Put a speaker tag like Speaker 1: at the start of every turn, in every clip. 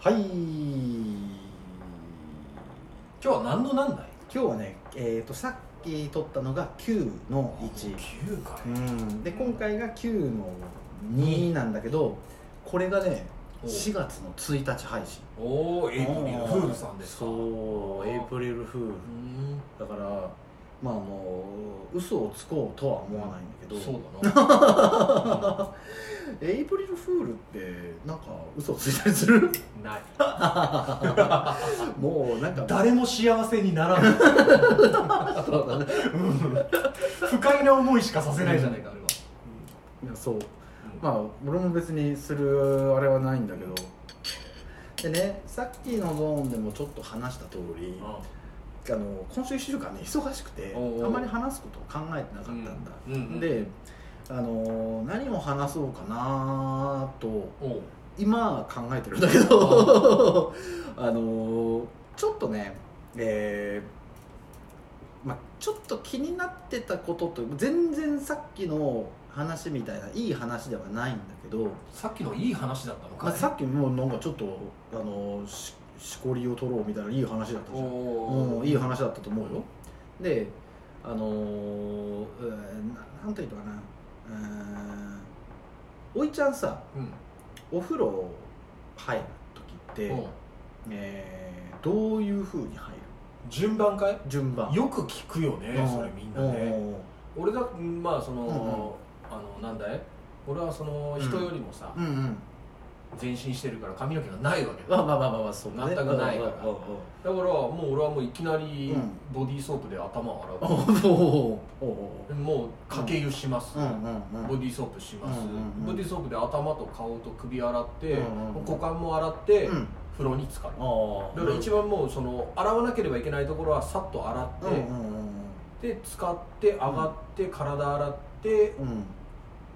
Speaker 1: はい今
Speaker 2: 今日は何の何だい
Speaker 1: 日はね、えー、とさっき撮ったのが9の1、
Speaker 2: 9回
Speaker 1: うん、で今回が9の2なんだけどこれがね4月の1日配信
Speaker 2: おおエイプリルフールさんですかう
Speaker 1: そうエイプリルフール
Speaker 2: ーん
Speaker 1: だからまああの嘘をつこうとは思わないんだけど、
Speaker 2: そうだな
Speaker 1: エイプリルフールってなんか嘘ついたりする
Speaker 2: ない
Speaker 1: もうなんか
Speaker 2: 誰も幸せにならない
Speaker 1: そうだね
Speaker 2: 不快な思いしかさせないじゃないかあれは、
Speaker 1: いやそう
Speaker 2: うん
Speaker 1: まあ俺も別にするあれはないんだけどでねさっきのゾーンでもちょっと話した通りあの今週1週間ね忙しくて
Speaker 2: おうおう
Speaker 1: あまり話すことを考えてなかったんだ、
Speaker 2: うんうんうん
Speaker 1: であの何を話そうかなと
Speaker 2: おう
Speaker 1: 今考えてるんだけどあのちょっとねえーまあ、ちょっと気になってたことと全然さっきの話みたいないい話ではないんだけど、
Speaker 2: さっきのいい話だったのか
Speaker 1: ま
Speaker 2: い、
Speaker 1: あ、さっきもなんかちょっとあのししこりを取ろうみたいないい話だったじゃん
Speaker 2: お
Speaker 1: う
Speaker 2: お
Speaker 1: ん、いい話だったと思うよであのーうんななんというのかなうんおいちゃんさ
Speaker 2: うん
Speaker 1: お風呂入る時って、
Speaker 2: うん
Speaker 1: えーどういうふうに入る
Speaker 2: 順番かい
Speaker 1: 順番
Speaker 2: よく聞くよね
Speaker 1: うん
Speaker 2: それみんなね俺だまあその、あのなんだい俺はその
Speaker 1: うん
Speaker 2: 人よりもさ、
Speaker 1: うんうんうんうん
Speaker 2: 前進してるから髪の毛がないわけだ
Speaker 1: まあまあまあまあまあそう
Speaker 2: 全くないから
Speaker 1: うんうん
Speaker 2: だからもう俺はもういきなり
Speaker 1: うん
Speaker 2: ボディーソープで頭を
Speaker 1: お
Speaker 2: 洗
Speaker 1: お
Speaker 2: う、
Speaker 1: おおお
Speaker 2: もうかけ湯します、
Speaker 1: うんうんう
Speaker 2: ボ
Speaker 1: ん
Speaker 2: ディーソープします、
Speaker 1: うんうんうん
Speaker 2: ボディーソープで頭と顔と首洗って、
Speaker 1: うんうんうん
Speaker 2: 股間も洗って、
Speaker 1: うん
Speaker 2: 風呂に浸かる
Speaker 1: あー
Speaker 2: だから一番もうその洗わなければいけないところはさっと洗
Speaker 1: うん
Speaker 2: って、
Speaker 1: うんうん
Speaker 2: で使って上がって、体洗って
Speaker 1: うんうん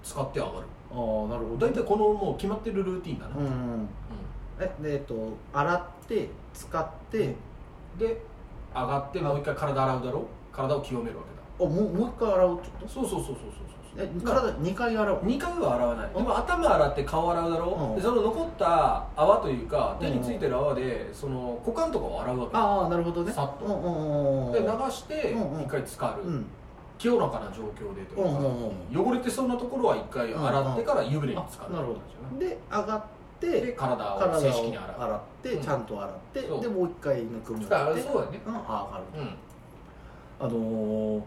Speaker 2: 使って上がる
Speaker 1: ああなるほど
Speaker 2: 大体このもう決まってるルーティンだな、
Speaker 1: うんうんえでえっと洗って使って
Speaker 2: で上がってもう一回体洗うだろ体を清めるわけだ
Speaker 1: あもうもう一回洗うってこと
Speaker 2: そうそうそうそうそうそう
Speaker 1: え体二回洗う
Speaker 2: 2回は洗わない
Speaker 1: あ
Speaker 2: でも頭洗って顔洗うだろ、
Speaker 1: うん
Speaker 2: でその残った泡というか手についてる泡でその股間とかを洗うわけだ、
Speaker 1: ああなるほどね
Speaker 2: さっと
Speaker 1: うんうんうんうん
Speaker 2: で流して
Speaker 1: うんうん
Speaker 2: 1回浸かる、
Speaker 1: うん
Speaker 2: 清らかな状況でというか、
Speaker 1: うんうん
Speaker 2: 汚れてそうなところは1回洗ってから湯船に浸かる
Speaker 1: なるほどで上がって
Speaker 2: で体を
Speaker 1: 体を
Speaker 2: 正式に洗う
Speaker 1: 洗って、
Speaker 2: うん
Speaker 1: ちゃんと洗って
Speaker 2: そう
Speaker 1: でもう一回ぬくもっ
Speaker 2: だ
Speaker 1: て
Speaker 2: からそうだね
Speaker 1: うん、あ上がる
Speaker 2: うん
Speaker 1: あのー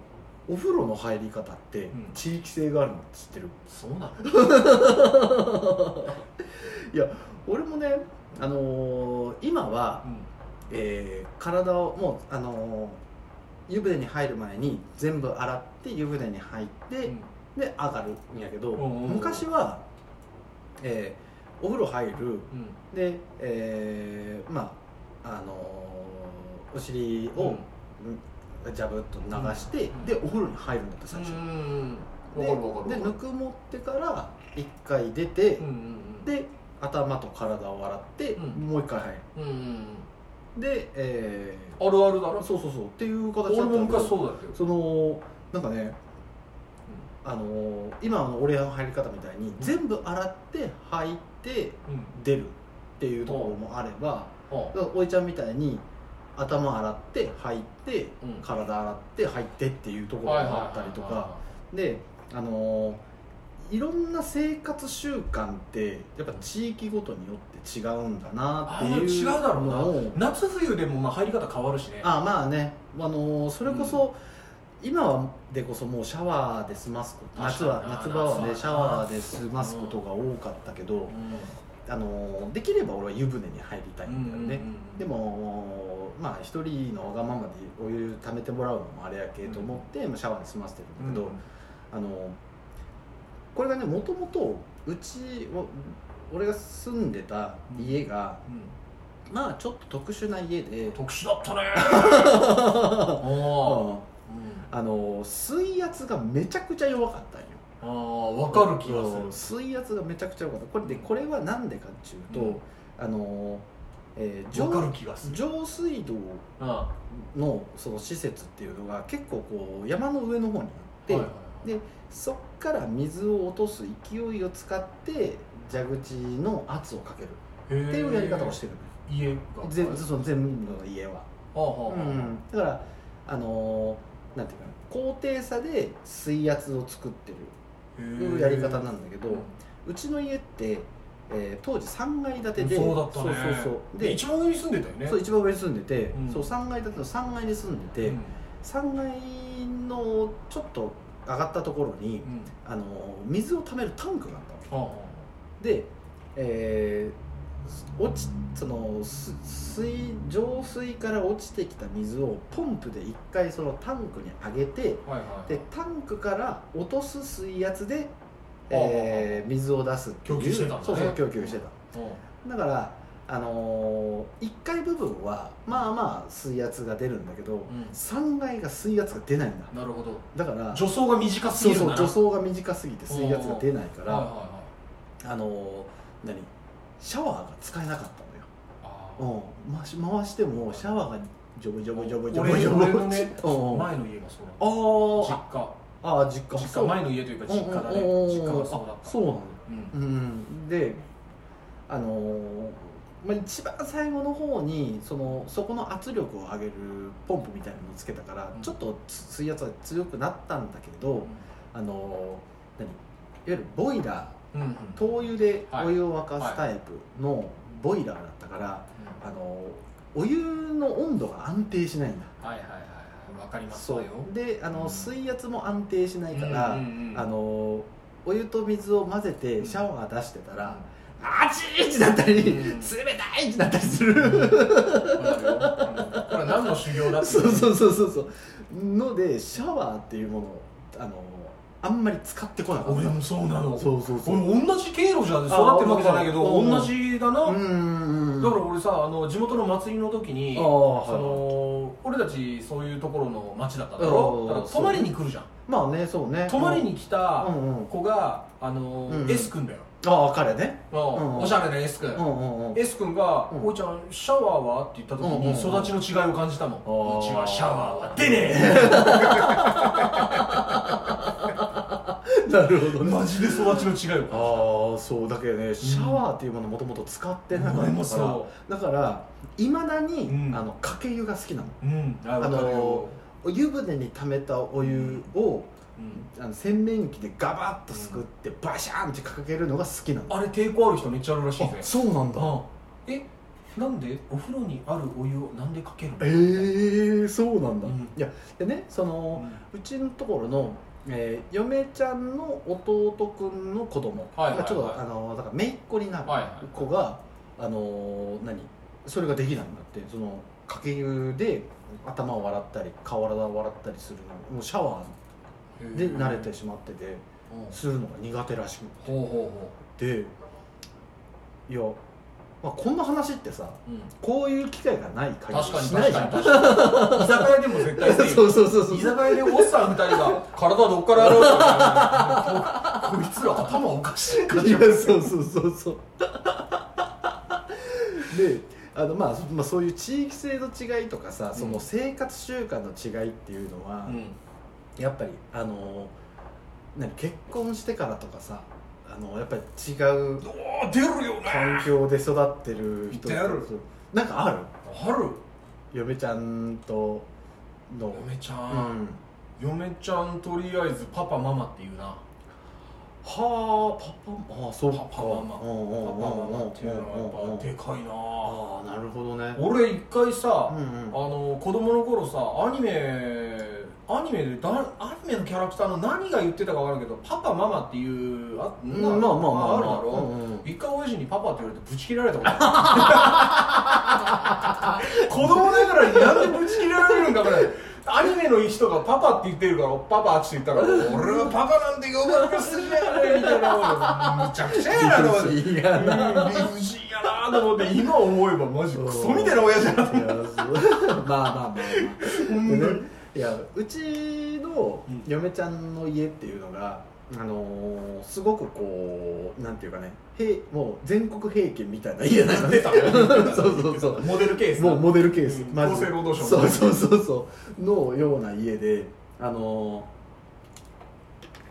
Speaker 1: お風呂の入り方って
Speaker 2: うん
Speaker 1: 地域性があるの知ってる、
Speaker 2: そうなの
Speaker 1: いや俺もね、あのー今はえー体をもうあのー湯船に入る前に全部洗って湯船に入って、で上がるんやけど、
Speaker 2: うんうんうん
Speaker 1: 昔は、えーお風呂入る
Speaker 2: うんうん
Speaker 1: で、えーまああのーお尻をジャブッと流して、
Speaker 2: うん
Speaker 1: でお風呂に入るんだって最初、
Speaker 2: うん
Speaker 1: で
Speaker 2: わかるわかる
Speaker 1: でぬくもってから一回出て、
Speaker 2: うんうん
Speaker 1: で頭と体を洗って、
Speaker 2: うん
Speaker 1: もう一回入る
Speaker 2: うんうんうん
Speaker 1: で、えー
Speaker 2: あるあるだろ
Speaker 1: そうそうそうっていう形だった
Speaker 2: 俺
Speaker 1: んだけど
Speaker 2: も昔そうだったよ
Speaker 1: そのなんかねあのー今の俺の入り方みたいに全部洗って入って
Speaker 2: うんうん
Speaker 1: 出るっていうところもあれば
Speaker 2: あ
Speaker 1: だからおいちゃんみたいに頭洗って入って
Speaker 2: うん
Speaker 1: 体洗って入ってっていうところ
Speaker 2: はい
Speaker 1: が
Speaker 2: はいはい
Speaker 1: あったりとかであのーいろんな生活習慣ってやっぱ地域ごとによって違うんだな
Speaker 2: あ
Speaker 1: って
Speaker 2: まあ
Speaker 1: いう
Speaker 2: 違うだろう
Speaker 1: のを
Speaker 2: な夏冬でもまあ入り方変わるしね
Speaker 1: あまあね、あのーそれこそ、今はでこそもうシャワーで済ますこと夏は夏
Speaker 2: 確
Speaker 1: 場
Speaker 2: かに
Speaker 1: はね
Speaker 2: 夏
Speaker 1: シャ
Speaker 2: は
Speaker 1: ワーで済ますことが多かったけど
Speaker 2: うん、
Speaker 1: あのーできれば俺は湯船に入りたい
Speaker 2: うん
Speaker 1: んだよ
Speaker 2: うん
Speaker 1: ね、
Speaker 2: うん
Speaker 1: でもまあ一人のわがままでお湯溜めてもらうのもあれやけと思って、まあシャワーで済ませてるんだけど、あのーこれがねもともとうちを俺が住んでた家が、
Speaker 2: うん
Speaker 1: まあちょっと特殊な家で、
Speaker 2: 特殊だったね
Speaker 1: う
Speaker 2: あ
Speaker 1: んあの水圧がめちゃくちゃ弱かったんよ
Speaker 2: あ分かる気がす
Speaker 1: そ
Speaker 2: る
Speaker 1: う水圧がめちゃくちゃ弱かったこれでこれは何でかっていうと、
Speaker 2: うん
Speaker 1: あの、えー
Speaker 2: 分かる
Speaker 1: 上
Speaker 2: 気がする
Speaker 1: 上水道
Speaker 2: うんは
Speaker 1: のその施設っていうのが結構こう山の上の方にあっ
Speaker 2: い
Speaker 1: て、
Speaker 2: はいはい
Speaker 1: でそっから水を落とす勢いを使って蛇口の圧をかける
Speaker 2: て
Speaker 1: っていうやり方をしてる
Speaker 2: 家が
Speaker 1: のよぜその全部の家は、
Speaker 2: ああはあ、
Speaker 1: うん、だからあのーなんていうかな高低差で水圧を作って
Speaker 2: へ
Speaker 1: る
Speaker 2: え
Speaker 1: やり方なんだけど、
Speaker 2: うん
Speaker 1: うちの家って、えー当時3階建てで
Speaker 2: そうだったね
Speaker 1: そうそうそう
Speaker 2: で
Speaker 1: で
Speaker 2: 一番上に住んでたよね
Speaker 1: そう一番上に住んでて、
Speaker 2: うん
Speaker 1: そう3階建ての3階に住んでて、
Speaker 2: うん
Speaker 1: 3階のちょっと上がったところに、
Speaker 2: うん
Speaker 1: あの水をためるタンクがあったの
Speaker 2: はあは
Speaker 1: で、えー落ちそのす水上水から落ちてきた水をポンプで1回そのタンクに上げて
Speaker 2: あはいはい
Speaker 1: でタンクから落とす水圧で、えー水を出すっていう
Speaker 2: 供給してたんだね
Speaker 1: そうそう供給してた
Speaker 2: うん
Speaker 1: だから、あのー、1階部分はまあまあ水圧が出るんだけど、
Speaker 2: ん
Speaker 1: 3階が水圧が出ないんだ
Speaker 2: なるほど
Speaker 1: だから
Speaker 2: 助走が短す
Speaker 1: そう
Speaker 2: ぎる
Speaker 1: そ
Speaker 2: ん
Speaker 1: う
Speaker 2: だな
Speaker 1: 助走が短すぎて水圧が出ないか
Speaker 2: はい
Speaker 1: ら
Speaker 2: はいはい
Speaker 1: あのー何シャワーが使えなかった
Speaker 2: あ
Speaker 1: のよ、うん、回し回してもシャワーがジョブジョブジョブジョブ
Speaker 2: 俺
Speaker 1: ジョ
Speaker 2: の
Speaker 1: ブ
Speaker 2: 俺のね
Speaker 1: うんうんあ
Speaker 2: 前の家がそうなの
Speaker 1: ー
Speaker 2: 実家
Speaker 1: ああ実家
Speaker 2: 実家前の家というか実家だね
Speaker 1: うんうんうん
Speaker 2: 実家がそうだっ
Speaker 1: あ
Speaker 2: た
Speaker 1: そうなの
Speaker 2: うん
Speaker 1: うんであのーまあ、一番最後の方にそのそこの圧力を上げるポンプみたいなのをつけたから、
Speaker 2: うん
Speaker 1: ちょっと水圧が強くなったんだけど、あのー何いわゆるボイラ
Speaker 2: うんうん
Speaker 1: ー灯油でお湯を沸かすタイプのボイラーだったから、あのーお湯の温度が安定しないんだ
Speaker 2: はいはいはいはいわかりますわよ
Speaker 1: であのー、
Speaker 2: うん
Speaker 1: 水圧も安定しないから、あのーお湯と水を混ぜてシャワー出してたら、あちーちだったり、
Speaker 2: うん
Speaker 1: 冷たいちだったりする、
Speaker 2: これ何の修行だってい
Speaker 1: そうそうそうそうそうのでシャワーっていうものをあのあんまり使ってこなかった
Speaker 2: 俺もそうなの
Speaker 1: そうそうそう
Speaker 2: 俺同じ経路じゃ育ってるわけじゃないけど
Speaker 1: うん
Speaker 2: 同じだな
Speaker 1: うん
Speaker 2: だから俺さあの地元の祭りの時に
Speaker 1: あ
Speaker 2: そ
Speaker 1: ー
Speaker 2: の俺たちそういうところの町だっただ
Speaker 1: う
Speaker 2: ろ
Speaker 1: ん
Speaker 2: だから泊まりに来るじゃん
Speaker 1: まあねそうね
Speaker 2: 泊まりに来た
Speaker 1: うんうん
Speaker 2: 子があの
Speaker 1: うんうん
Speaker 2: S 君だよ
Speaker 1: ああ彼ねうん
Speaker 2: うんおしゃれな S 君
Speaker 1: うんうんうん
Speaker 2: S 君が
Speaker 1: う
Speaker 2: 「
Speaker 1: ん
Speaker 2: おいちゃんシャワーは?」って言った時に
Speaker 1: うんうんうん
Speaker 2: 育ちの違いを感じたもん
Speaker 1: あー
Speaker 2: うちはシャワーは出ねえ
Speaker 1: なるほどね
Speaker 2: マジで育ちの違いを感
Speaker 1: ああそうだけどねシャワーっていうものもともと使って
Speaker 2: じ
Speaker 1: な
Speaker 2: た
Speaker 1: か
Speaker 2: お前も
Speaker 1: ったから
Speaker 2: そ
Speaker 1: だからいまだに、
Speaker 2: うん
Speaker 1: あのかけ湯が好きなの
Speaker 2: ううんあ
Speaker 1: あのー
Speaker 2: わかるよ
Speaker 1: 湯船に溜めたお湯を、
Speaker 2: うん
Speaker 1: あの洗面器でガバッとすくってバシャーンってかけるのが好きなの
Speaker 2: あれ抵抗ある人めっちゃあるらしいぜ
Speaker 1: そうなん
Speaker 2: うんえなんでお風呂にあるお湯をなんでかけるの
Speaker 1: えー、そうなんだ、
Speaker 2: うん
Speaker 1: いやでねそ
Speaker 2: うん
Speaker 1: のうちのところの、えー嫁ちゃんの弟くんの子供
Speaker 2: はいはいはい
Speaker 1: がちょっとあのだから姪っ子になる
Speaker 2: はいはい
Speaker 1: 子が、あのー何それができないんだってそのかけ湯で頭を洗ったり顔体を洗ったりするのもうシャワーで慣れてしまってて
Speaker 2: うん
Speaker 1: するのが苦手らしくて
Speaker 2: ほうほうほ
Speaker 1: でいや、まあ、こんな話ってさ
Speaker 2: ううん
Speaker 1: こういう機会がない限り
Speaker 2: 確かに
Speaker 1: しない
Speaker 2: 確
Speaker 1: じ
Speaker 2: か
Speaker 1: ゃ
Speaker 2: に
Speaker 1: ん
Speaker 2: 確かに居酒屋でも絶対せい
Speaker 1: そうそうそうそう
Speaker 2: 居酒屋でおっさん二人が体どっから洗う かこいつら頭おかしいか
Speaker 1: い
Speaker 2: しら
Speaker 1: やそうそうそうそうであの、まあ、そまあそういう地域性の違いとかさそ
Speaker 2: うん
Speaker 1: の生活習慣の違いっていうのは、やっぱりあの何結婚してからとかさあのやっぱり違う
Speaker 2: おー出るよね
Speaker 1: 環境で育ってる人
Speaker 2: 言ってやる
Speaker 1: なんかある
Speaker 2: ある
Speaker 1: 嫁ちゃんとの
Speaker 2: 嫁ちゃ、
Speaker 1: うんん
Speaker 2: 嫁ちゃんとりあえずパパママっていうな
Speaker 1: はあパパマあそうか
Speaker 2: パパママ
Speaker 1: うん
Speaker 2: パ
Speaker 1: う
Speaker 2: パ
Speaker 1: ん
Speaker 2: ママっていうの
Speaker 1: うんうんうん
Speaker 2: はやっぱでかいな
Speaker 1: ああなるほどね
Speaker 2: 俺一回さ、
Speaker 1: うんうん
Speaker 2: あの子供の頃さアニメアニメでだアニメのキャラクターの何が言ってたか分からんけどパパママっていうあ
Speaker 1: うんまあまあまあ
Speaker 2: あるだろ、
Speaker 1: うんうん
Speaker 2: 一回親父にパパって言われてぶち切られたことある 子供ながらになんでぶち切られるんだからアニメの人がパパって言ってるからパパって言ったら俺はパパなんて呼ばれすぎやがねみたいなむちゃくちゃやなと 思って
Speaker 1: 理不尽やな
Speaker 2: 理不尽やなと思って今思えばマジクソみたいな親 父だない
Speaker 1: やそうまあまあまあまあでねいやうちの
Speaker 2: うん
Speaker 1: 嫁ちゃんの家っていうのがあのーすごくこうなんていうかねへもう全国平均みたいな家 なのねそうそうそう
Speaker 2: モデルケース
Speaker 1: もうモデルケース、
Speaker 2: うん
Speaker 1: マジ
Speaker 2: 厚生労働省の
Speaker 1: そうそうそうそうのような家であの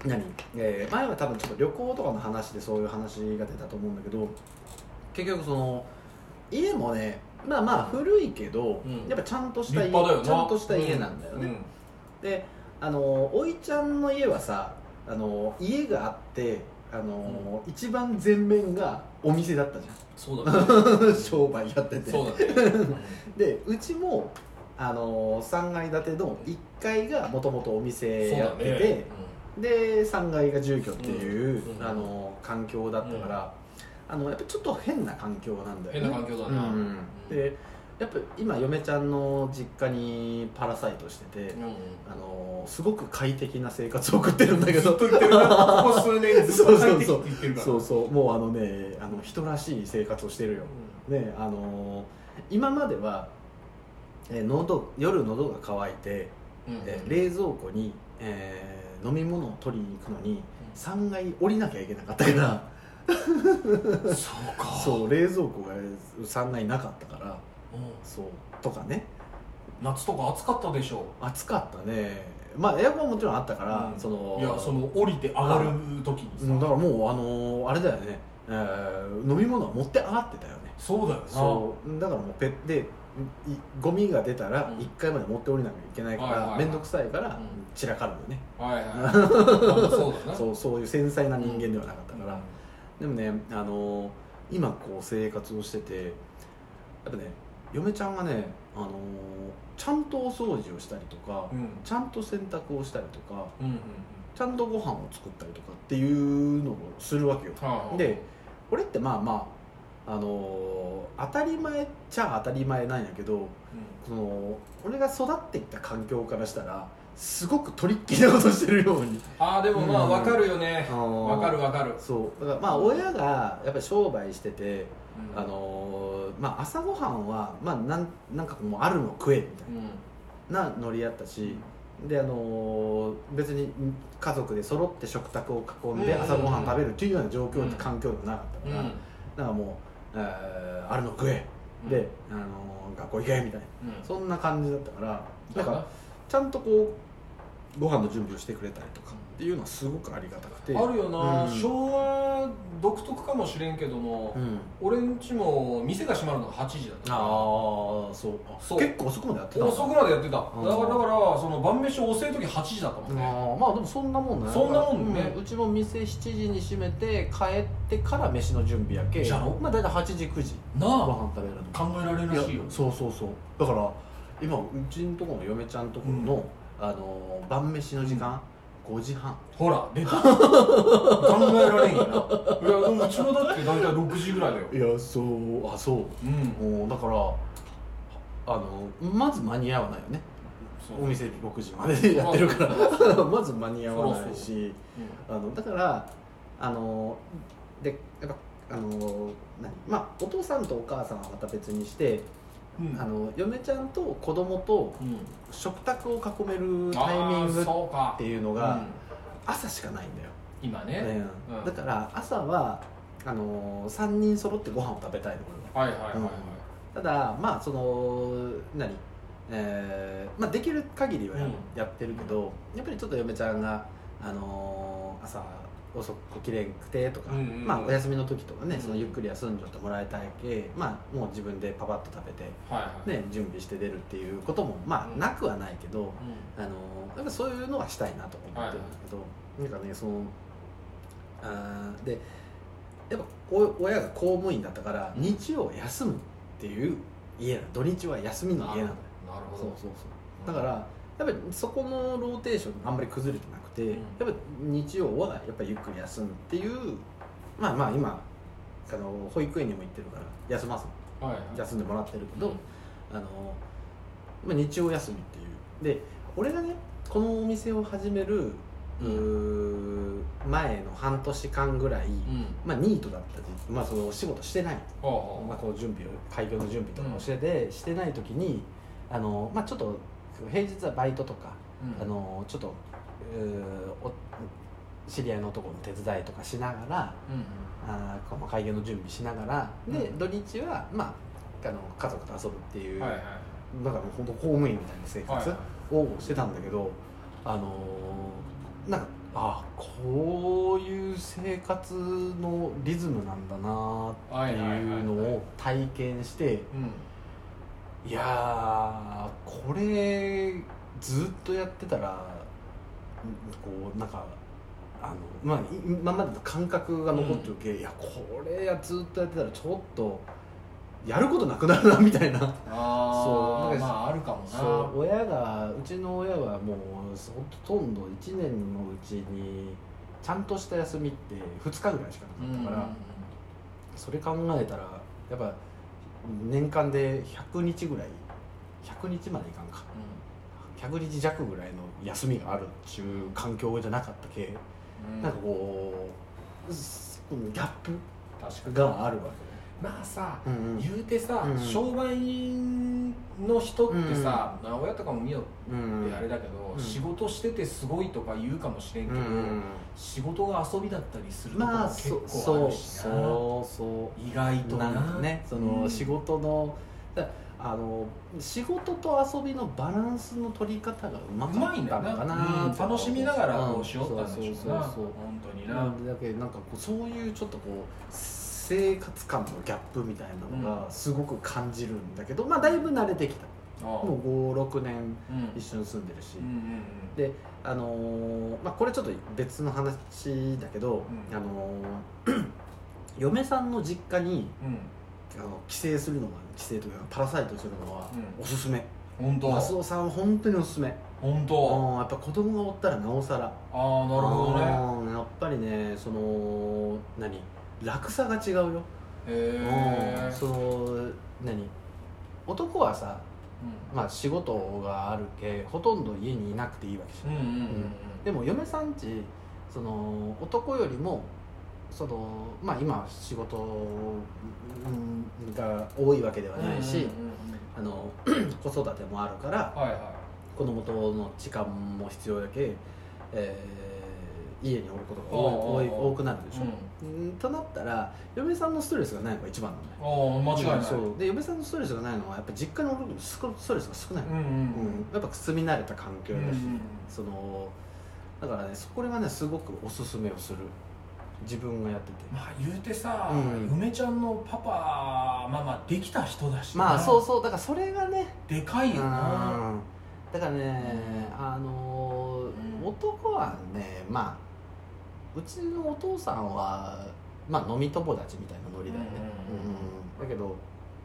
Speaker 1: ー何、えー前は多分ちょっと旅行とかの話でそういう話が出たと思うんだけど結局その家もねまあまあ古いけど、
Speaker 2: うん
Speaker 1: やっぱちゃんとした家
Speaker 2: 立派だよな
Speaker 1: ちゃんとした家なんだよね、
Speaker 2: うん
Speaker 1: であのおいちゃんの家はさあの家があってあの、一番前面がお店だったじ
Speaker 2: そうだね
Speaker 1: ゃ ん商売やってて
Speaker 2: そうだねうん
Speaker 1: でうちもあの3階建ての1階がもともとお店
Speaker 2: そう
Speaker 1: や
Speaker 2: だ
Speaker 1: ってて、
Speaker 2: ね
Speaker 1: で3階が住居っていう、
Speaker 2: うんうん
Speaker 1: あの環境だったから、あのやっぱちょっと変な環境なんだよね
Speaker 2: 変な環境だな
Speaker 1: うん
Speaker 2: うん
Speaker 1: でやっぱ今嫁ちゃんの実家にパラサイトしてて、
Speaker 2: うんうん
Speaker 1: あのすごく快適な生活を送ってるんだけ
Speaker 2: ず
Speaker 1: ど
Speaker 2: っと言ってるなここ数年ずっと入ってきて言ってるから
Speaker 1: そうそうもうあのねあの人らしい生活をしてるよねあの今まではえー喉夜喉が渇いて、
Speaker 2: うんうん
Speaker 1: えー冷蔵庫に、えー飲み物を取りに行くのに
Speaker 2: うん
Speaker 1: 3階降りなきゃいけなかったから
Speaker 2: そうか
Speaker 1: そう冷蔵庫が3階なかったから
Speaker 2: うん
Speaker 1: そうとかね
Speaker 2: 夏とか暑かったでしょ
Speaker 1: 暑かったねまあエアコンはもちろんあったから、
Speaker 2: うん
Speaker 1: その
Speaker 2: いやその降りて上がる時にさ、
Speaker 1: うんだからもうあのーあれだよね、えー飲み物は持って上がってたよね
Speaker 2: そうだよな
Speaker 1: そうだからもうペッでいゴミが出たら
Speaker 2: うん
Speaker 1: 1回まで持って降りなきゃいけないか
Speaker 2: はいはい
Speaker 1: ら
Speaker 2: はい
Speaker 1: 面倒くさいから
Speaker 2: うん
Speaker 1: 散らかるよね、
Speaker 2: はいはい、あそうだな
Speaker 1: そうそういう繊細な人間ではなかったか
Speaker 2: う
Speaker 1: ら
Speaker 2: ん、
Speaker 1: でもね、あのー今こう生活をしててやっぱね嫁ちゃんがね、あのーちゃんとお掃除をしたりとか、
Speaker 2: うん
Speaker 1: ちゃんと洗濯をしたりとか
Speaker 2: うんうん
Speaker 1: ちゃんとご飯を作ったりとかっていうのをするわけよ
Speaker 2: はい
Speaker 1: でこれってまあまあ、あのー当たり前っちゃ当たり前なんやけど
Speaker 2: う
Speaker 1: その俺が育っていった環境からしたらすごくトリッキーなことしてるように
Speaker 2: んああでもまあ
Speaker 1: うん
Speaker 2: わかるよねわ
Speaker 1: わ
Speaker 2: かるわかる、
Speaker 1: そうだからまあ親がやっぱり商売してて、
Speaker 2: うん
Speaker 1: あのーまあ、朝ごはんは、まあ、なんなんかもうあるの食えみたい
Speaker 2: うん
Speaker 1: な,、なノリやったしであのー別に家族で揃って食卓を囲んで
Speaker 2: うん
Speaker 1: 朝ごはん食べるっていうような状況って環境でもなかった
Speaker 2: う
Speaker 1: から、
Speaker 2: ん
Speaker 1: だからもう、えーあるの食え、で、あのー学校行けみたいな
Speaker 2: うん
Speaker 1: そんな感じだったから
Speaker 2: だ
Speaker 1: だ
Speaker 2: か
Speaker 1: かららちゃんとこうご飯の準備をしてくれたりとかっていうのはすごくありがたくて
Speaker 2: あるよな、
Speaker 1: うん
Speaker 2: 昭和独特かもしれんけども、
Speaker 1: うん
Speaker 2: 俺んちも店が閉まるのが8時だった
Speaker 1: ああそう
Speaker 2: そう
Speaker 1: 結構遅くまでやってたんだ
Speaker 2: 遅くまでやってただか
Speaker 1: うん
Speaker 2: らだからその晩飯を遅い時8時だったもんね
Speaker 1: あーまあでもそんなもんね
Speaker 2: そんなもんね
Speaker 1: ううちも店7時に閉めて帰ってから飯の準備やけ
Speaker 2: じゃろ
Speaker 1: まあ大体8時9時
Speaker 2: な
Speaker 1: ご
Speaker 2: あ
Speaker 1: 飯食べるの
Speaker 2: 考えられるらしいよ
Speaker 1: そうそうそうだから今うちのところの嫁ちゃんところの、あのー晩飯の時間、5時半
Speaker 2: ほら出た考えられんよないやでもうちのだって大体6時ぐらいだよ
Speaker 1: いやそうあそう
Speaker 2: うん
Speaker 1: もうだからあのまず間に合わないよね
Speaker 2: そう
Speaker 1: お店6時までやってるから まず間に合わないし
Speaker 2: う
Speaker 1: あのだからあのでやっぱあの何まあお父さんとお母さんはまた別にして、
Speaker 2: んうん
Speaker 1: あの嫁ちゃんと子供と
Speaker 2: うん
Speaker 1: 食卓を囲める
Speaker 2: あー
Speaker 1: タイミングっ
Speaker 2: そうか
Speaker 1: ていうの
Speaker 2: う
Speaker 1: が
Speaker 2: ん
Speaker 1: 朝しかないんだよ、
Speaker 2: 今ね
Speaker 1: うん
Speaker 2: うん
Speaker 1: だから朝はあの3人揃ってご飯を食べたいの俺は
Speaker 2: はいはいはいはい
Speaker 1: ただまあその何えーまあ、できる限りはや,、
Speaker 2: うん
Speaker 1: ってるけどやっぱりちょっと嫁ちゃんが、あのー朝遅く起きれんくてとか、
Speaker 2: うんうんうん
Speaker 1: まあ、お休みの時とかね、
Speaker 2: うん
Speaker 1: そのゆっくり休んじゃってもらいたいけ、まあ、もう自分でパパッと食べて、
Speaker 2: はいはい
Speaker 1: ね、準備して出るっていうことも、ま
Speaker 2: う
Speaker 1: あ、
Speaker 2: ん
Speaker 1: なくはないけど、
Speaker 2: う
Speaker 1: あのやっぱそういうのはしたいなと思ってるんだけど、なんかねそのあーでやっぱお親が公務員だったから
Speaker 2: うん
Speaker 1: 日曜休むっていう家なの土日は休み
Speaker 2: ん
Speaker 1: の家なのよ
Speaker 2: なる
Speaker 1: そう
Speaker 2: ほ
Speaker 1: そう
Speaker 2: ど
Speaker 1: そうだからやっぱりそこのローテーションがあんまり崩れてなくて、
Speaker 2: ん
Speaker 1: やっぱ日曜はやっぱりゆっくり休むっていうまあまあ今あの保育園にも行ってるから休まず
Speaker 2: はいはい
Speaker 1: 休んでもらってるけ
Speaker 2: う
Speaker 1: ど、
Speaker 2: ん
Speaker 1: あのまあ、日曜休みっていうで俺がねこのお店を始める、うー前の半年間ぐらい、
Speaker 2: うん
Speaker 1: まあ、ニートだったり、まあ、そのお仕事してない、
Speaker 2: はあは
Speaker 1: まあ、この準備を開業の準備とかをしてて、してない時にあの、まあ、ちょっと平日はバイトとか、
Speaker 2: あ
Speaker 1: あのちょっとうーお知り合いのところの手伝いとかしながら
Speaker 2: うんうん
Speaker 1: あーこの会議の準備しながらで、
Speaker 2: うん
Speaker 1: 土日は、まあ、あの家族と遊ぶっていう、
Speaker 2: はいはい
Speaker 1: だからもう本当公務員みたいな生
Speaker 2: はい
Speaker 1: 活をしてたんだけど、あのーなんかあこういう生活のリズムなんだな
Speaker 2: は
Speaker 1: っ
Speaker 2: い
Speaker 1: て
Speaker 2: はいはいはい
Speaker 1: いうのを体験して
Speaker 2: うん
Speaker 1: いやーこれずっとやってたらこうなんかあの、まあ、い今までの感覚が残ってるけ、いやこれやずっとやってたらちょっとやることなくなるなみたいな。
Speaker 2: あ
Speaker 1: そ
Speaker 2: あ
Speaker 1: う
Speaker 2: まああるかもな
Speaker 1: そう親がうちの親はもうほとんど1年のうちにちゃんとした休みって2日ぐらいしかな
Speaker 2: う
Speaker 1: んかったから、それ考えたらやっぱ年間で100日ぐらい100日までいかんか100日弱ぐらいの休みがあるっていう環境じゃなかったけ、
Speaker 2: うんうん
Speaker 1: なんかこうすギャップ
Speaker 2: 確かに
Speaker 1: があるわ
Speaker 2: まあさ
Speaker 1: け、うん
Speaker 2: 言うてさ、
Speaker 1: うん
Speaker 2: 商売人の人ってさ、まあ親とかも見よっ
Speaker 1: うん
Speaker 2: てあれだけど、
Speaker 1: うん
Speaker 2: 仕事しててすごいとか言うかもしれんけ
Speaker 1: う
Speaker 2: ど、
Speaker 1: ん
Speaker 2: 仕事が遊びだったりするとこも
Speaker 1: まあ
Speaker 2: 結
Speaker 1: そ
Speaker 2: 構
Speaker 1: う
Speaker 2: あ
Speaker 1: そう
Speaker 2: るしな、
Speaker 1: そうそう
Speaker 2: 意外と
Speaker 1: な
Speaker 2: なん
Speaker 1: かねその、
Speaker 2: うん
Speaker 1: 仕事のだあの仕事と遊びのバランスの取り方がうま
Speaker 2: うま
Speaker 1: か
Speaker 2: い
Speaker 1: っ
Speaker 2: んだ
Speaker 1: た
Speaker 2: よ
Speaker 1: のか
Speaker 2: な
Speaker 1: な、
Speaker 2: うん楽しみながらこ
Speaker 1: ん
Speaker 2: うしよったんでしょう
Speaker 1: そう
Speaker 2: な、
Speaker 1: そうそう
Speaker 2: 本当に
Speaker 1: そう
Speaker 2: な、
Speaker 1: なんだけどなんかこうそういうちょっとこう生活感のギャップみたいなの
Speaker 2: う
Speaker 1: がすごく感じるんだけど、まあだいぶ慣れてきた
Speaker 2: ああ
Speaker 1: もう56年
Speaker 2: うんうん
Speaker 1: 一緒に住んでるし、
Speaker 2: うん
Speaker 1: であのーまあ、これちょっと別の話だけど、
Speaker 2: うん
Speaker 1: あのー 嫁さんの実家に
Speaker 2: うんうん
Speaker 1: あの帰省するのが帰省というかパラサイトするのは
Speaker 2: うん
Speaker 1: おすすめ、
Speaker 2: 本当
Speaker 1: マスオさんは本当におすすめ
Speaker 2: 本
Speaker 1: あ
Speaker 2: 当
Speaker 1: ーやっぱ子供がおったらなおさら
Speaker 2: ああなるほど
Speaker 1: ど
Speaker 2: ね
Speaker 1: ねやっぱりねその何落差が違うよ、
Speaker 2: へ
Speaker 1: うん
Speaker 2: え
Speaker 1: その何男はさ、まあ、仕事があるけほとんど家にいなくていいわけじゃん
Speaker 2: うんうんうんうん
Speaker 1: でも嫁さんちその男よりもそのまあ今仕事うんが多いわけではないし、
Speaker 2: うんうんうんうん
Speaker 1: あの 子育てもあるから
Speaker 2: はいは
Speaker 1: 子供との時間も必要だけ、えー家におることが多い
Speaker 2: ああああ
Speaker 1: 多い多くなるで
Speaker 2: い
Speaker 1: しょ、うん、となったら嫁さんのストレスがないのが一番なのね
Speaker 2: うん、ああ間違いない、
Speaker 1: そうで嫁さんのストレスがないのはやっぱ実家におるスコストレスが少ないの、
Speaker 2: んうん
Speaker 1: うんやっぱ住み慣れた環境だし、
Speaker 2: うんうん
Speaker 1: そのだからねそこがねすごくおすすめをする自分がやってて
Speaker 2: まあ言うてさ、
Speaker 1: うん
Speaker 2: 嫁ちゃんのパパまあまあできた人だしな
Speaker 1: まあそうそうだからそれがね
Speaker 2: でかいよな
Speaker 1: だからね、あのー
Speaker 2: うん
Speaker 1: 男はねまあうちのお父さんはまあ飲み友達みたいなノリだよね、
Speaker 2: うんうんうん
Speaker 1: うんだけど、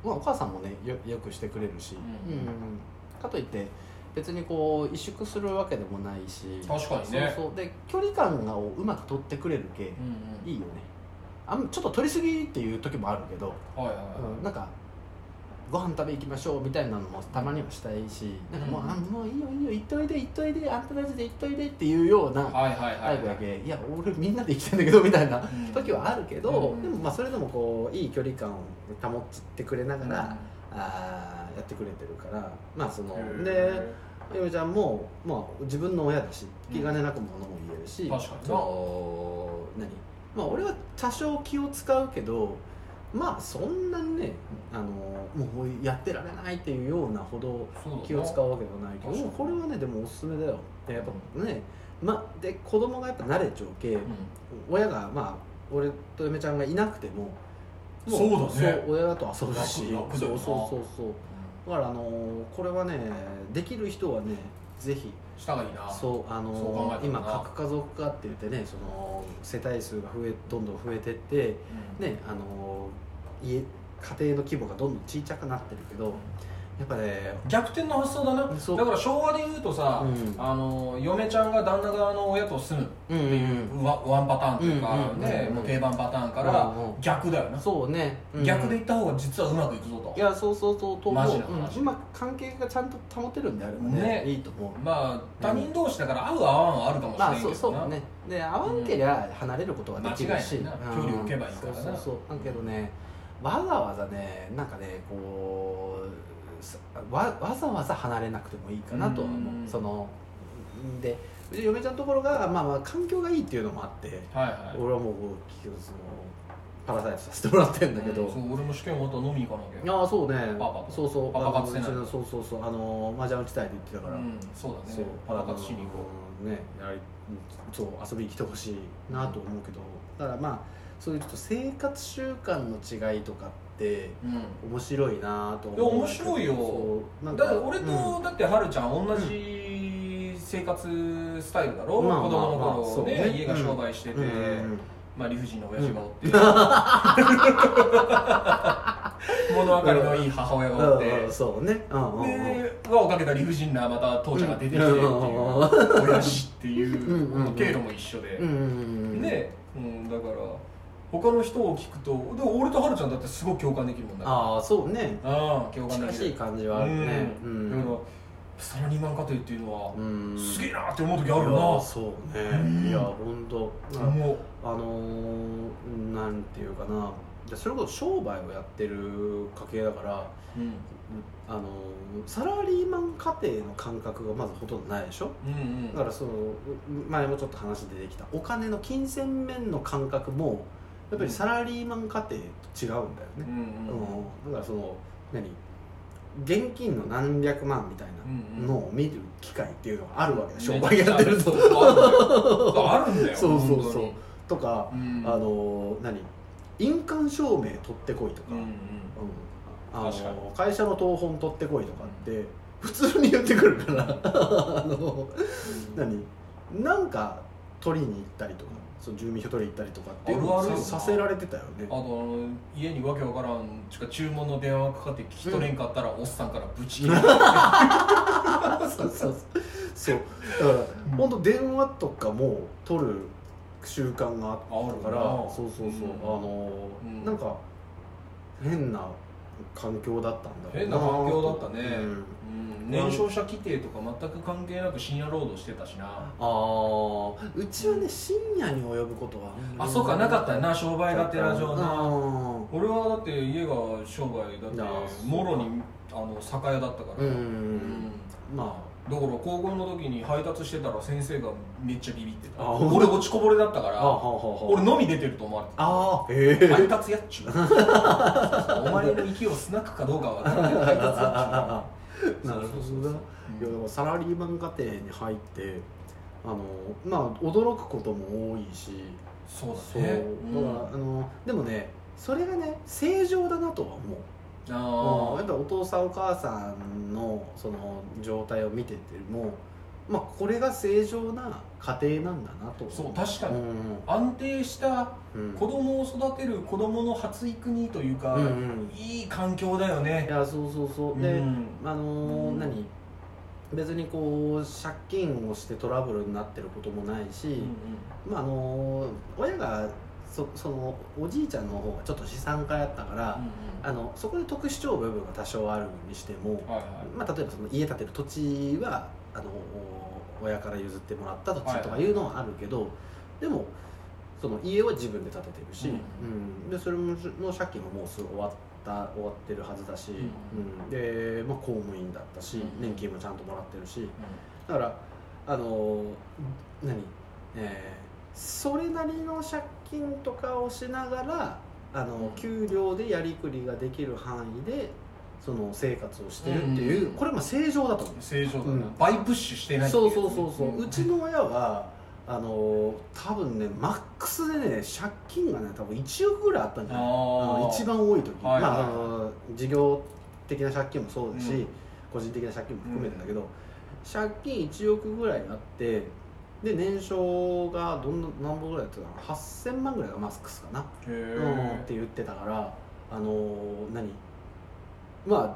Speaker 1: まあ、お母さんもねよよくしてくれるし、
Speaker 2: うん
Speaker 1: かといって別にこう萎縮するわけでもないし
Speaker 2: 確かにね
Speaker 1: そうそうで距離感がをうまく取ってくれるけ、
Speaker 2: うんうん
Speaker 1: いいよねあんちょっと取りすぎっていう時もあるけど、
Speaker 2: はいはい
Speaker 1: うんなんかご飯食べ行きましょうみたいなのもたまにはしたいしなんかもう,、
Speaker 2: うん
Speaker 1: あもういいよいいよ行っといで行っといであんたたちで行っといでっていうような
Speaker 2: はいはいは
Speaker 1: タ
Speaker 2: い
Speaker 1: イプだけ、いや俺みんなで行きたいんだけどみたいな
Speaker 2: うん
Speaker 1: 時はあるけど、
Speaker 2: うん
Speaker 1: でもまあそれでもこういい距離感を保ってくれながら、
Speaker 2: うん
Speaker 1: あーやってくれてるからまあその
Speaker 2: へー
Speaker 1: でよいちゃんも、まあ、自分の親だし
Speaker 2: うん
Speaker 1: 気兼ねなくものも言えるし、
Speaker 2: 確かにな
Speaker 1: そう何まあ俺は多少気を使うけどまあそんなにねあのもうやってられないっていうようなほど
Speaker 2: そうだな
Speaker 1: 気を使うわけではないけ
Speaker 2: 確か
Speaker 1: ど
Speaker 2: に
Speaker 1: これはねでもおすすめだよでやっぱね、まあ、で子供がやっぱ慣れちゃうけ、
Speaker 2: う
Speaker 1: 親がまあ俺と嫁ちゃんがいなくてもも
Speaker 2: そうだね
Speaker 1: そう親と遊ぶし
Speaker 2: 楽楽だ
Speaker 1: そ
Speaker 2: よ
Speaker 1: う
Speaker 2: な
Speaker 1: そうそうそうんだからあのーこれはねできる人はねぜひ
Speaker 2: したがいいな
Speaker 1: そうあ
Speaker 2: そう考
Speaker 1: の
Speaker 2: えたら
Speaker 1: ー
Speaker 2: な
Speaker 1: 今核家族化って言ってねその世帯数が増えどんどん増えてって
Speaker 2: うん
Speaker 1: ねあのー家家庭の規模がどんどん小さくなってるけどやっぱね
Speaker 2: 逆転の発想だな
Speaker 1: そう
Speaker 2: だから昭和で言うとさ、
Speaker 1: うん
Speaker 2: あの嫁ちゃんが旦那側の親と住む
Speaker 1: うんうんうん
Speaker 2: ワワンパターンというか、
Speaker 1: うんうん
Speaker 2: ね
Speaker 1: うん
Speaker 2: もう定番パターンから
Speaker 1: うんうん
Speaker 2: 逆だよな、
Speaker 1: そうねうん
Speaker 2: 逆でいった方が実はうまくいくぞと
Speaker 1: いやそうそうそうと
Speaker 2: マ
Speaker 1: 思う
Speaker 2: ジな
Speaker 1: うん
Speaker 2: 話
Speaker 1: 今関係がちゃんと保てるんであればね
Speaker 2: ね
Speaker 1: いいと思う
Speaker 2: まあ他人同士だから合う合わんはあるかもしれ
Speaker 1: ま
Speaker 2: な
Speaker 1: あ
Speaker 2: いけ
Speaker 1: そう
Speaker 2: どな
Speaker 1: そうだねで合わんけりゃ離れることができるし、
Speaker 2: 間違いないな距離を置けばいいからな
Speaker 1: そうそうそうだけどねわざわざねなんかねこうさわわざわざ離れなくてもいいかなとは思
Speaker 2: うん
Speaker 1: うそのでうちの嫁ちゃんのところが、まあ、まあ環境がいいっていうのもあって
Speaker 2: はいはい
Speaker 1: 俺はもう結局そのパラサイトさせてもらってんだけど、
Speaker 2: うんそう俺も試験終わったら飲み行かなきゃ
Speaker 1: ああそうね
Speaker 2: パパと
Speaker 1: そうそう
Speaker 2: パパ活
Speaker 1: あのうちの
Speaker 2: してない
Speaker 1: そうそうそうあの麻雀打ちたいって言ってたから、
Speaker 2: うんそうだ
Speaker 1: そう
Speaker 2: ねパラカツしに行こ
Speaker 1: あねやりそう遊びに来てほしいなと思うけど、だからまあそういうちょっと生活習慣の違いとかって
Speaker 2: うん
Speaker 1: 面白いなと思う
Speaker 2: いや面白いよ
Speaker 1: そうなん
Speaker 2: だ
Speaker 1: か
Speaker 2: から俺
Speaker 1: うん
Speaker 2: とだってはるちゃん同じ生活スタイルだろ
Speaker 1: まあまあ
Speaker 2: 子供の
Speaker 1: まあそ
Speaker 2: 頃
Speaker 1: うね
Speaker 2: ね家が商売してて
Speaker 1: うんうん
Speaker 2: まあ理不尽な親父がおって物分かりのいい母親がおっ
Speaker 1: う
Speaker 2: て
Speaker 1: んそうねうんうんうん
Speaker 2: で輪をかけた理不尽なまた父ちゃんが出てきてっていう
Speaker 1: うん
Speaker 2: 親父っていう
Speaker 1: うんうん
Speaker 2: 経路も一緒で
Speaker 1: うんうんうんうん
Speaker 2: ねうんだから他の人を聞くとでも俺とはるちゃんだってすごく共感できるもんだから
Speaker 1: ああそうね
Speaker 2: ああ共感で
Speaker 1: 近
Speaker 2: き
Speaker 1: しい
Speaker 2: る
Speaker 1: 感じはあるねう
Speaker 2: うん
Speaker 1: ん
Speaker 2: だからその2万家庭っていうのは
Speaker 1: うん
Speaker 2: す
Speaker 1: え
Speaker 2: げえなって思う時あるな
Speaker 1: そう
Speaker 2: うん
Speaker 1: ねいや本当
Speaker 2: も
Speaker 1: あのーなんていうかなじゃあそれこそ商売をやってる家系だから
Speaker 2: ううん
Speaker 1: あのーサラリーマン家庭の感覚がまずほとんどないでしょ
Speaker 2: うんうん
Speaker 1: だからその前もちょっと話出てきたお金の金銭面の感覚もやっぱりサラリーマン家庭と違うんだよ
Speaker 2: うん
Speaker 1: ね、
Speaker 2: うんうん
Speaker 1: うん、だからその何現金の何百万みたい
Speaker 2: うん
Speaker 1: なん
Speaker 2: う
Speaker 1: のを見る機会っていうのがあるわけだ、商売やってると
Speaker 2: めちゃくちゃあるんだよあるんだ よ
Speaker 1: そうそうそう
Speaker 2: 本
Speaker 1: とか
Speaker 2: 当、にうん
Speaker 1: あの何印鑑証明取ってこいとか、
Speaker 2: うんうん
Speaker 1: うんあの
Speaker 2: 確かに
Speaker 1: 会社の当本取ってこいとかって普通に言ってくるから あの何なんか取りに行ったりとかその住民票取りに行ったりとかっていうのを
Speaker 2: あるあるよな
Speaker 1: ささせられてたよね
Speaker 2: あと家にわけわからんちゅうか注文の電話かかって聞き取れんかったら、おっさんからブチ切れる
Speaker 1: そうそう そうだから本当電話とかも取る習慣があったから
Speaker 2: あるな
Speaker 1: そうそうそう、
Speaker 2: うん
Speaker 1: あのー
Speaker 2: うん
Speaker 1: なんか変な環境だったんだろう
Speaker 2: 変な環境だったね
Speaker 1: うん
Speaker 2: うん年少者規定とか全く関係なく深夜労働してたしな
Speaker 1: ああうちはね深夜に及ぶことは
Speaker 2: あそうかなかったよな商売がてら上な
Speaker 1: な
Speaker 2: 俺はだって家が商売だ
Speaker 1: な
Speaker 2: っ
Speaker 1: あ
Speaker 2: てもろにあの酒屋だったから、
Speaker 1: うん、
Speaker 2: うん
Speaker 1: ま
Speaker 2: だから高校の時に配達してたら先生がめっちゃビビってた
Speaker 1: あほんと
Speaker 2: 俺落ちこぼれだったか
Speaker 1: ああはあ
Speaker 2: ら
Speaker 1: はあは
Speaker 2: 俺飲み出てると思われてた
Speaker 1: ああえ え
Speaker 2: 配達やっちゅうお前の息をスナックかどうかは分からない配達やっち ゅう
Speaker 1: なるほどな
Speaker 2: う
Speaker 1: いや
Speaker 2: ん
Speaker 1: でもサラリーマン家庭に入ってあのまあ驚くことも多いし
Speaker 2: そう
Speaker 1: そ
Speaker 2: だ
Speaker 1: う
Speaker 2: ね
Speaker 1: だから、
Speaker 2: うん
Speaker 1: あのでもねそれがね正常だなとは思ううん
Speaker 2: あ
Speaker 1: やっぱお父さんお母さんのその状態を見ててもまあこれが正常な家庭なんだなと
Speaker 2: あそう確か
Speaker 1: う
Speaker 2: に
Speaker 1: ん
Speaker 2: 安定した
Speaker 1: うん
Speaker 2: 子供を育てる子供の発育にというか、
Speaker 1: うんうん
Speaker 2: いい環境だよ
Speaker 1: い
Speaker 2: ね
Speaker 1: やそうそうそうで、
Speaker 2: うん
Speaker 1: あのー
Speaker 2: うん
Speaker 1: 何別にこう借金をしてトラブルになってることもないし、
Speaker 2: うんうん
Speaker 1: まああのー親がそそのおじいちゃんの方がちょっと資産家やったから、あのそこで得主張部分が多少あるにしても、
Speaker 2: うんはいはい
Speaker 1: まあ、例えばその家建てる土地はあの親から譲ってもらった土地とかいうのはあるけど、でもその家は自分で建ててるし、
Speaker 2: うん
Speaker 1: うんでそれもの借金ももうすぐ終わった終わってるはずだし、
Speaker 2: うん
Speaker 1: うんでまあ、公務員だったし、
Speaker 2: うん
Speaker 1: 年金もちゃんともらってるしだからあの何、えーそれなりの借金とかをしながらあの給料でやりくりができる範囲でその生活をしてるっていう、
Speaker 2: うん
Speaker 1: これも正常だと思
Speaker 2: うん正常だ
Speaker 1: う
Speaker 2: なん倍プッシュして
Speaker 1: う
Speaker 2: ないってい
Speaker 1: そうそうそうそう、うち
Speaker 2: ん
Speaker 1: の親はあの多分ねマックスでね借金がね多分1億ぐらいあったんじゃないあ
Speaker 2: あ
Speaker 1: の
Speaker 2: あ
Speaker 1: 一番多い時、
Speaker 2: はいはい
Speaker 1: まああの事業的な借金もそうだし、
Speaker 2: うん
Speaker 1: 個人的な借金も含めてだけど、借金1億ぐらいあってで年商がどんな何本ぐらいやってたの8000万ぐらいがマスクスかな、
Speaker 2: へえ
Speaker 1: うん、って言ってたからあのー何まあ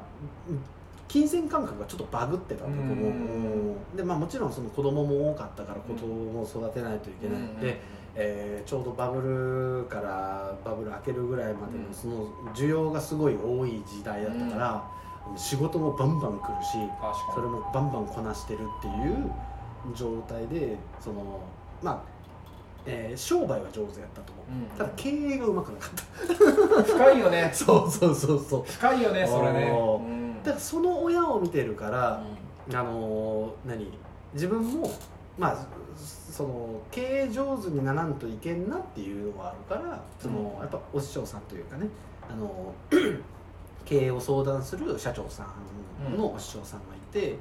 Speaker 1: 金銭感覚がちょっとバグってたんだと思う、
Speaker 2: うん
Speaker 1: うんでまあ、もちろんその子供も多かったから子供を育てないといけないんで、えーちょうどバブルからバブル開けるぐらいまでの
Speaker 2: うん
Speaker 1: その需要がすごい多い時代だったから、仕事もバンバン来るし
Speaker 2: 確か
Speaker 1: それ
Speaker 2: に
Speaker 1: もバンバンこなしてるっていう状態でそのまあ、えー商売は上手やったと思う、
Speaker 2: うん
Speaker 1: ただ経営がうまくなかっ
Speaker 2: 深いよ
Speaker 1: た
Speaker 2: ね
Speaker 1: そうそうそうそう
Speaker 2: 深いよねそれね
Speaker 1: おー
Speaker 2: うん
Speaker 1: だからその親を見てるから、
Speaker 2: うん
Speaker 1: あのー何自分もまあそその経営上手にならんといけんなっていうのがあるからその、
Speaker 2: うん
Speaker 1: やっぱお師匠さんというかねあのー 経営を相談する社長さんのお師匠さんがいて、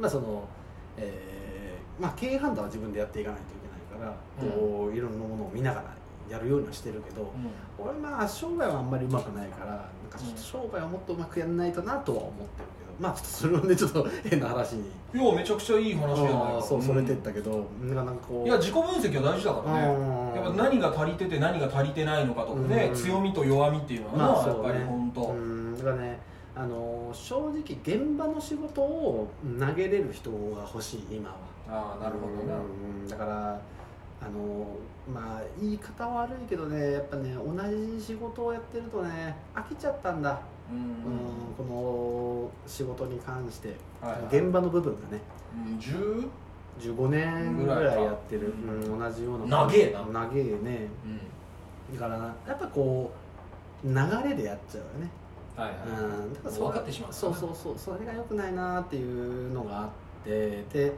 Speaker 1: まあその、えまあ、経営判断は自分でやっていかないといけないから、こういろんなものを見ながらやるようにはしてるけど、俺まあ商売はあんまりうまくないからなんかちょっと商売をもっとうまくやんないとなとは思ってるけどまあちょっとそれはねちょっと変な話に
Speaker 2: いやめちゃくちゃいい話じゃない
Speaker 1: そうそれてっ
Speaker 2: い
Speaker 1: たけど、なんかこうい
Speaker 2: や自己分析は大事だからねやっぱ何が足りてて何が足りてないのかとかね
Speaker 1: うん
Speaker 2: 強みと弱みっていうの
Speaker 1: ま
Speaker 2: は
Speaker 1: あ
Speaker 2: な
Speaker 1: そ
Speaker 2: やっ
Speaker 1: う
Speaker 2: ぱ
Speaker 1: ね
Speaker 2: り本当
Speaker 1: うんだからねあの正直現場の仕事を投げれる人が欲しい今は
Speaker 2: ああなるほどな
Speaker 1: うんだからあのまあ言い方は悪いけどねやっぱね同じ仕事をやってるとね飽きちゃったんだ、
Speaker 2: う
Speaker 1: うん
Speaker 2: ん
Speaker 1: この仕事に関して、
Speaker 2: はいはい
Speaker 1: 現場の部分がね
Speaker 2: うん10
Speaker 1: 15年ぐらいやってる、
Speaker 2: ぐらいか
Speaker 1: うん同じような
Speaker 2: 長えな
Speaker 1: 長えねだからなやっぱこう流れでやっちゃうよね、
Speaker 2: はいは
Speaker 1: うん、だからそれ
Speaker 2: 分かってしまう
Speaker 1: そうそうそうそれが良くないなっていうのがあってで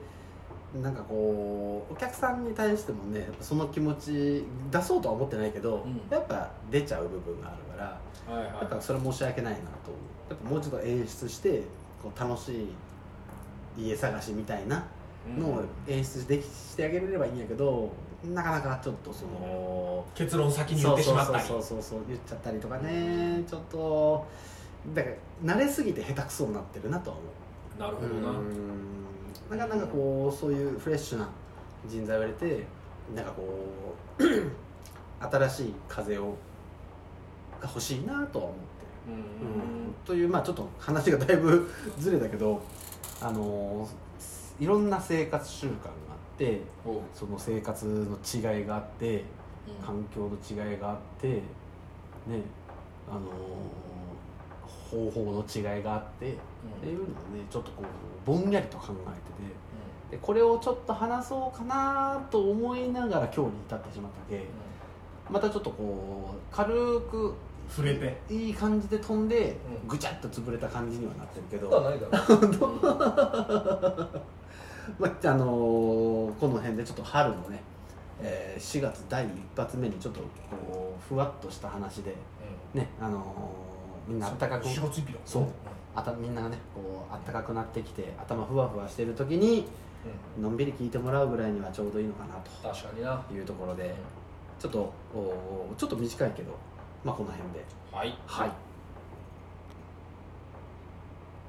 Speaker 1: なんかこうお客さんに対してもねやっぱその気持ち出そうとは思ってないけど、
Speaker 2: うん
Speaker 1: やっぱ出ちゃう部分があるから
Speaker 2: いはい
Speaker 1: やっぱそれ申し訳ないなと思うやっぱもうちょっと演出してこう楽しい家探しみたいな
Speaker 2: うん
Speaker 1: のを演出できしてあげれればいいんやけどなかなかちょっとその
Speaker 2: 結論先に言ってしまったり
Speaker 1: そうそうそうそうそう言っちゃったりとかねちょっとだから慣れすぎて下手くそになってるなとは思う
Speaker 2: なるほどな
Speaker 1: うんなんかなんかこうそういうフレッシュな人材を入れてなんかこう 新しい風をが欲しいなとは思ってる
Speaker 2: うん
Speaker 1: というまあちょっと話がだいぶずれたけどあのいろんな生活習慣があって
Speaker 2: おう
Speaker 1: その生活の違いがあって環境の違いがあってねあの方法の違いがあってっていうのをねちょっとこうぼんやりと考えててでこれをちょっと話そうかなと思いながら今日に至ってしまったけまたちょっとこう軽く
Speaker 2: 触れて
Speaker 1: いい感じで飛んで
Speaker 2: うん
Speaker 1: ぐちゃっと潰れた感じにはなってるけど、
Speaker 2: ことはないだろう
Speaker 1: まああのーこの辺でちょっと春のね、えー4月第一発目にちょっとこうふわっとした話でねあのーみんなあったかく
Speaker 2: 4月1日だ
Speaker 1: そうあたみんながねこうあったかくなってきて頭ふわふわしてる時にのんびり聞いてもらうぐらいにはちょうどいいのかな
Speaker 2: 確かにな
Speaker 1: というところでちょっとおーちょっと短いけど、まあ、この辺で
Speaker 2: はい
Speaker 1: はい